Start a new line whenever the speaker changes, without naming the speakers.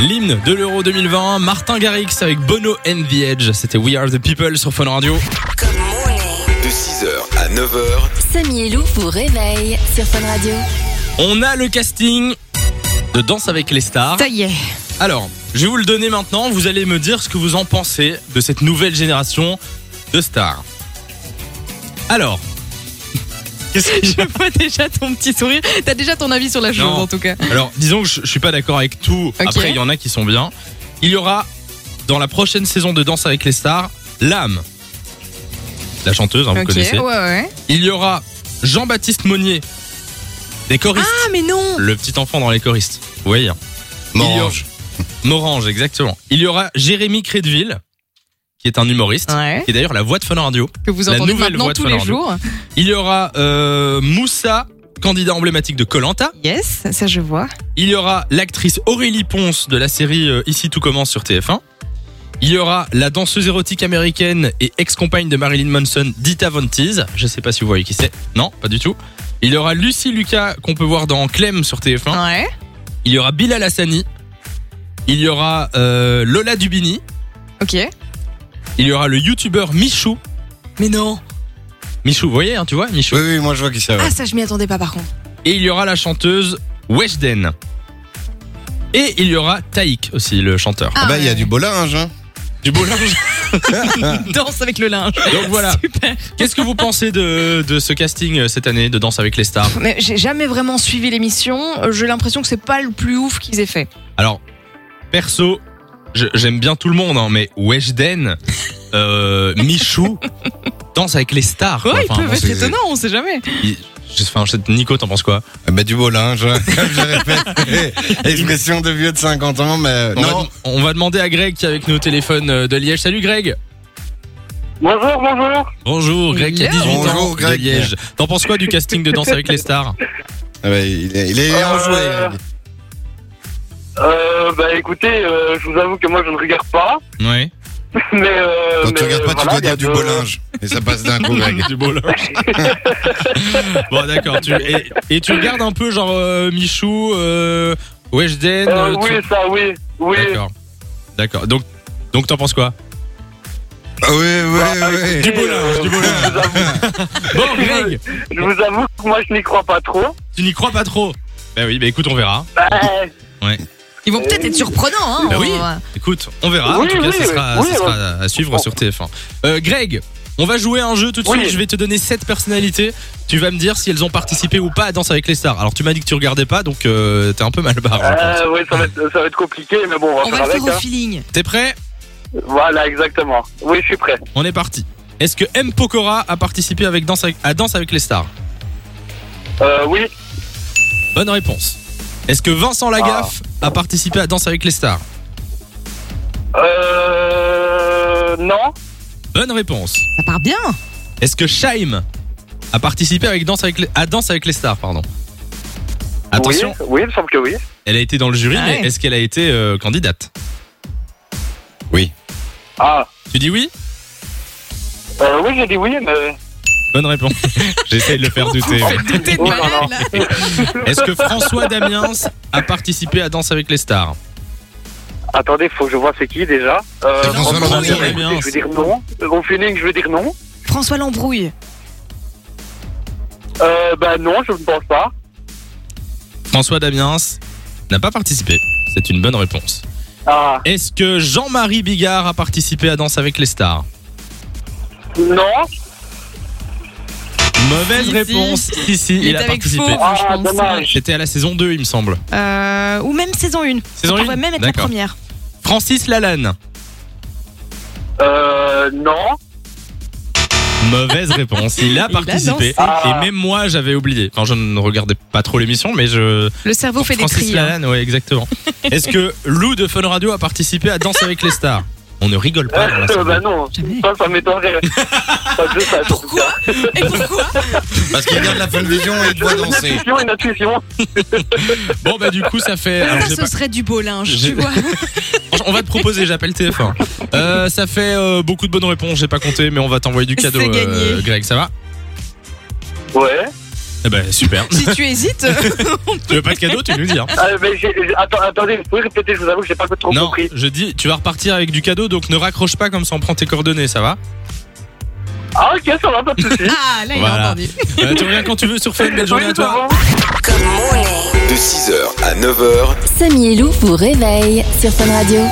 L'hymne de l'Euro 2020, Martin Garrix avec Bono and the Edge. C'était We Are the People sur Fun Radio.
De 6h à 9h,
Samy et Lou vous réveille sur Fun Radio.
On a le casting de Danse avec les stars.
Ça y est.
Alors, je vais vous le donner maintenant. Vous allez me dire ce que vous en pensez de cette nouvelle génération de stars. Alors, qu'est-ce que j'ai-
Je vois déjà ton petit sourire. T'as déjà ton avis sur la chose
Non. Ah,
en tout cas.
Alors, disons que je, je suis pas d'accord avec tout.
Ok.
Après, il y en a qui sont bien. Il y aura dans la prochaine saison de Danse avec les stars l'âme, la chanteuse, hein, vous
ok.
connaissez.
Ouais ouais.
Il y aura Jean-Baptiste Monnier, des choristes,
Ah mais non.
le petit enfant dans les choristes. Vous voyez. hein.
Morange.
Il y aura- Morange, exactement. Il y aura Jérémy Crédville, qui est un humoriste,
Ouais.
qui est d'ailleurs la voix de Fun Radio.
Que vous
La
entendez
nouvelle
maintenant
voix de
tous
Fun
les
Radio.
jours.
Il y aura euh, Moussa, candidat emblématique de Colanta.
Yes, ça je vois.
Il y aura l'actrice Aurélie Ponce de la série euh, Ici tout commence sur TF1. Il y aura la danseuse érotique américaine et ex-compagne de Marilyn Manson, Dita Von Teese. Je sais pas si vous voyez qui c'est. Non, pas du tout. Il y aura Lucie Lucas qu'on peut voir dans Clem sur TF1.
Ouais.
Il y aura Bilal Hassani. Il y aura euh, Lola Dubini.
Ok.
Il y aura le youtubeur Michou. Mais non Michou, vous voyez, hein, tu vois, Michou.
Oui, oui, moi je vois qui ça va.
Ah ça je m'y attendais pas par contre.
Et il y aura la chanteuse Weshden. Et il y aura Taïk aussi, le chanteur.
Ah bah, il y a
ouais.
du beau linge. Hein.
Du beau linge.
Danse avec le linge.
Donc voilà.
Super.
Qu'est-ce que vous pensez de, de ce casting euh, cette année de Danse avec les stars
Mais j'ai jamais vraiment suivi l'émission. Euh, J'ai l'impression que c'est pas le plus ouf qu'ils aient fait.
Alors, perso, je- j'aime bien tout le monde, hein, mais Weshden, euh, Michou, Danse avec les stars. quoi.
Ouais, ils
Enfin,
peuvent
bon,
être
c'est-
étonnants, on sait jamais.
il- je- enfin, je- Nico, t'en penses quoi
Ah Bah, du beau linge. Comme je répète. Expression de vieux de 50 ans, mais euh,
on
non.
va, on va demander à Greg qui est avec nous au téléphone euh, de Liège. Salut Greg
Bonjour, bonjour.
Bonjour Greg qui a
Hello.
18 ans
Bonjour,
de
Greg.
Liège. T'en penses quoi du casting de Danse avec les stars
Ah bah, il est, il est
Euh,
enjoué. Greg.
Euh, bah écoutez, euh, je vous avoue que moi je ne regarde pas,
Ouais.
mais. Euh,
Quand
mais,
tu regardes pas, tu
voilà,
dois
il y
dire
a
du
de- Euh,
beau linge. Et ça passe d'un coup, Greg.
du beau linge. bon, d'accord. Tu, et, et tu regardes un peu, genre, euh, Michou, euh, Weshden.
Euh,
euh,
oui,
tu-
ça, oui, oui.
D'accord. D'accord. Donc, donc t'en penses quoi
Ah oui, oui,
Bah,
oui.
écoutez,
beau linge,
euh,
du beau linge.
je vous avoue-
Bon, Greg,
Je vous avoue que moi je n'y crois pas trop.
tu n'y crois pas trop Bah oui, bah écoute, on verra.
Bah,
Ils vont peut-être être surprenants. Hein,
Bah oui.
en-
Écoute, on verra.
Oui,
en tout cas,
oui,
ça, sera,
oui,
ça sera à suivre
Bon.
sur TF1. Euh, Greg, on va jouer à un jeu tout de suite.
Oui.
Je vais te donner 7 personnalités. Tu vas me dire si elles ont participé ou pas à Danse avec les stars. Alors, tu m'as dit que tu regardais pas, donc euh, t'es un peu mal
Ah,
barré. je pense.
euh, ouais, ça va, être, ça va être compliqué, mais bon, on va
On
faire
va le
avec.
faire au
Hein.
feeling.
T'es prêt
Voilà, exactement. Oui, je suis prêt.
On est parti. Est-ce que M. Pokora a participé avec Danse avec- à Danse avec les stars
Euh, oui,
Bonne réponse. Est-ce que Vincent Lagaffe
Ah.
a participé à Danse avec les stars
euh. Non.
Bonne réponse.
Ça part bien.
Est-ce que Shaim a participé avec Danse avec les, à Danse avec les stars pardon Attention,
Oui, oui, il me semble que oui.
elle a été dans le jury,
Ah
mais
ouais.
est-ce qu'elle a été euh, candidate
Ah,
Tu dis oui
euh, oui, j'ai dit oui, mais.
Bonne réponse. J'essaie de le faire douter.
Douter de
Oh,
malade,
non, non.
là.
Est-ce que François Damiens a participé à Danse avec les stars
Attendez, faut que je vois c'est qui déjà. Euh,
C'est François
au
Lambert.
feeling, je vais- Je vais dire non. Au feeling, je vais dire non.
François Lambrouille.
Euh, bah non, je ne pense pas.
François Damiens n'a pas participé. C'est une bonne réponse.
Ah,
Est-ce que Jean-Marie Bigard a participé à Danse avec les stars
non.
Mauvaise
Si, si.
réponse. Si, si, il,
Il est
a
avec
participé.
Faux.
Ah,
je pense.
dommage.
C'était à la saison 2, il me semble.
Euh, ou même saison 1.
Saison
On
une
pourrait même être la
D'accord.
première.
Francis Lalanne.
Euh,
Ah,
non.
Mauvaise réponse. Il a
Il a
participé.
dansé.
Ah.
Et même moi, j'avais oublié. Enfin, je ne regardais pas trop l'émission, mais je.
Le cerveau fait des
Francis
tri. hein.
Lalanne, ouais, exactement. Est-ce que Lou de Fun Radio a participé à Danse avec les stars On ne rigole pas. dans la
Euh,
salle.
bah non.
Jamais.
Ça, ça m'étonnerait. Pas que je sache, en tout
Pourquoi
cas.
Et pourquoi
Parce qu'il regarde la fin de vision et il doit
Une
danser.
intuition, une intuition.
Bon, bah, du coup, ça fait. alors,
Là,
je
Ah, ce
sais pas.
serait du beau linge,
J'ai-
tu vois.
Franchement, On va te proposer, j'appelle TF1. Euh, ça fait euh, beaucoup de bonnes réponses, j'ai pas compté, mais on euh, va t'envoyer du cadeau,
C'est gagné.
Greg, ça va
Ouais.
Eh ben, super.
Si tu hésites,
tu veux pas de cadeau, tu veux le dire.
Ah, mais j'ai- j'ai- attends- attendez, vous pouvez répéter, je vous avoue, que j'ai pas trop
Non,
compris.
je dis, tu vas repartir avec du cadeau, donc ne raccroche pas comme ça on prend tes coordonnées, ça va
Ah, ok, ça va, pas de soucis.
ah là il
Voilà.
a entendu.
Euh, Tu reviens quand tu veux sur Fun, belle journée à toi.
De 6h à 9h,
Samy et Lou vous réveille sur Fun Radio.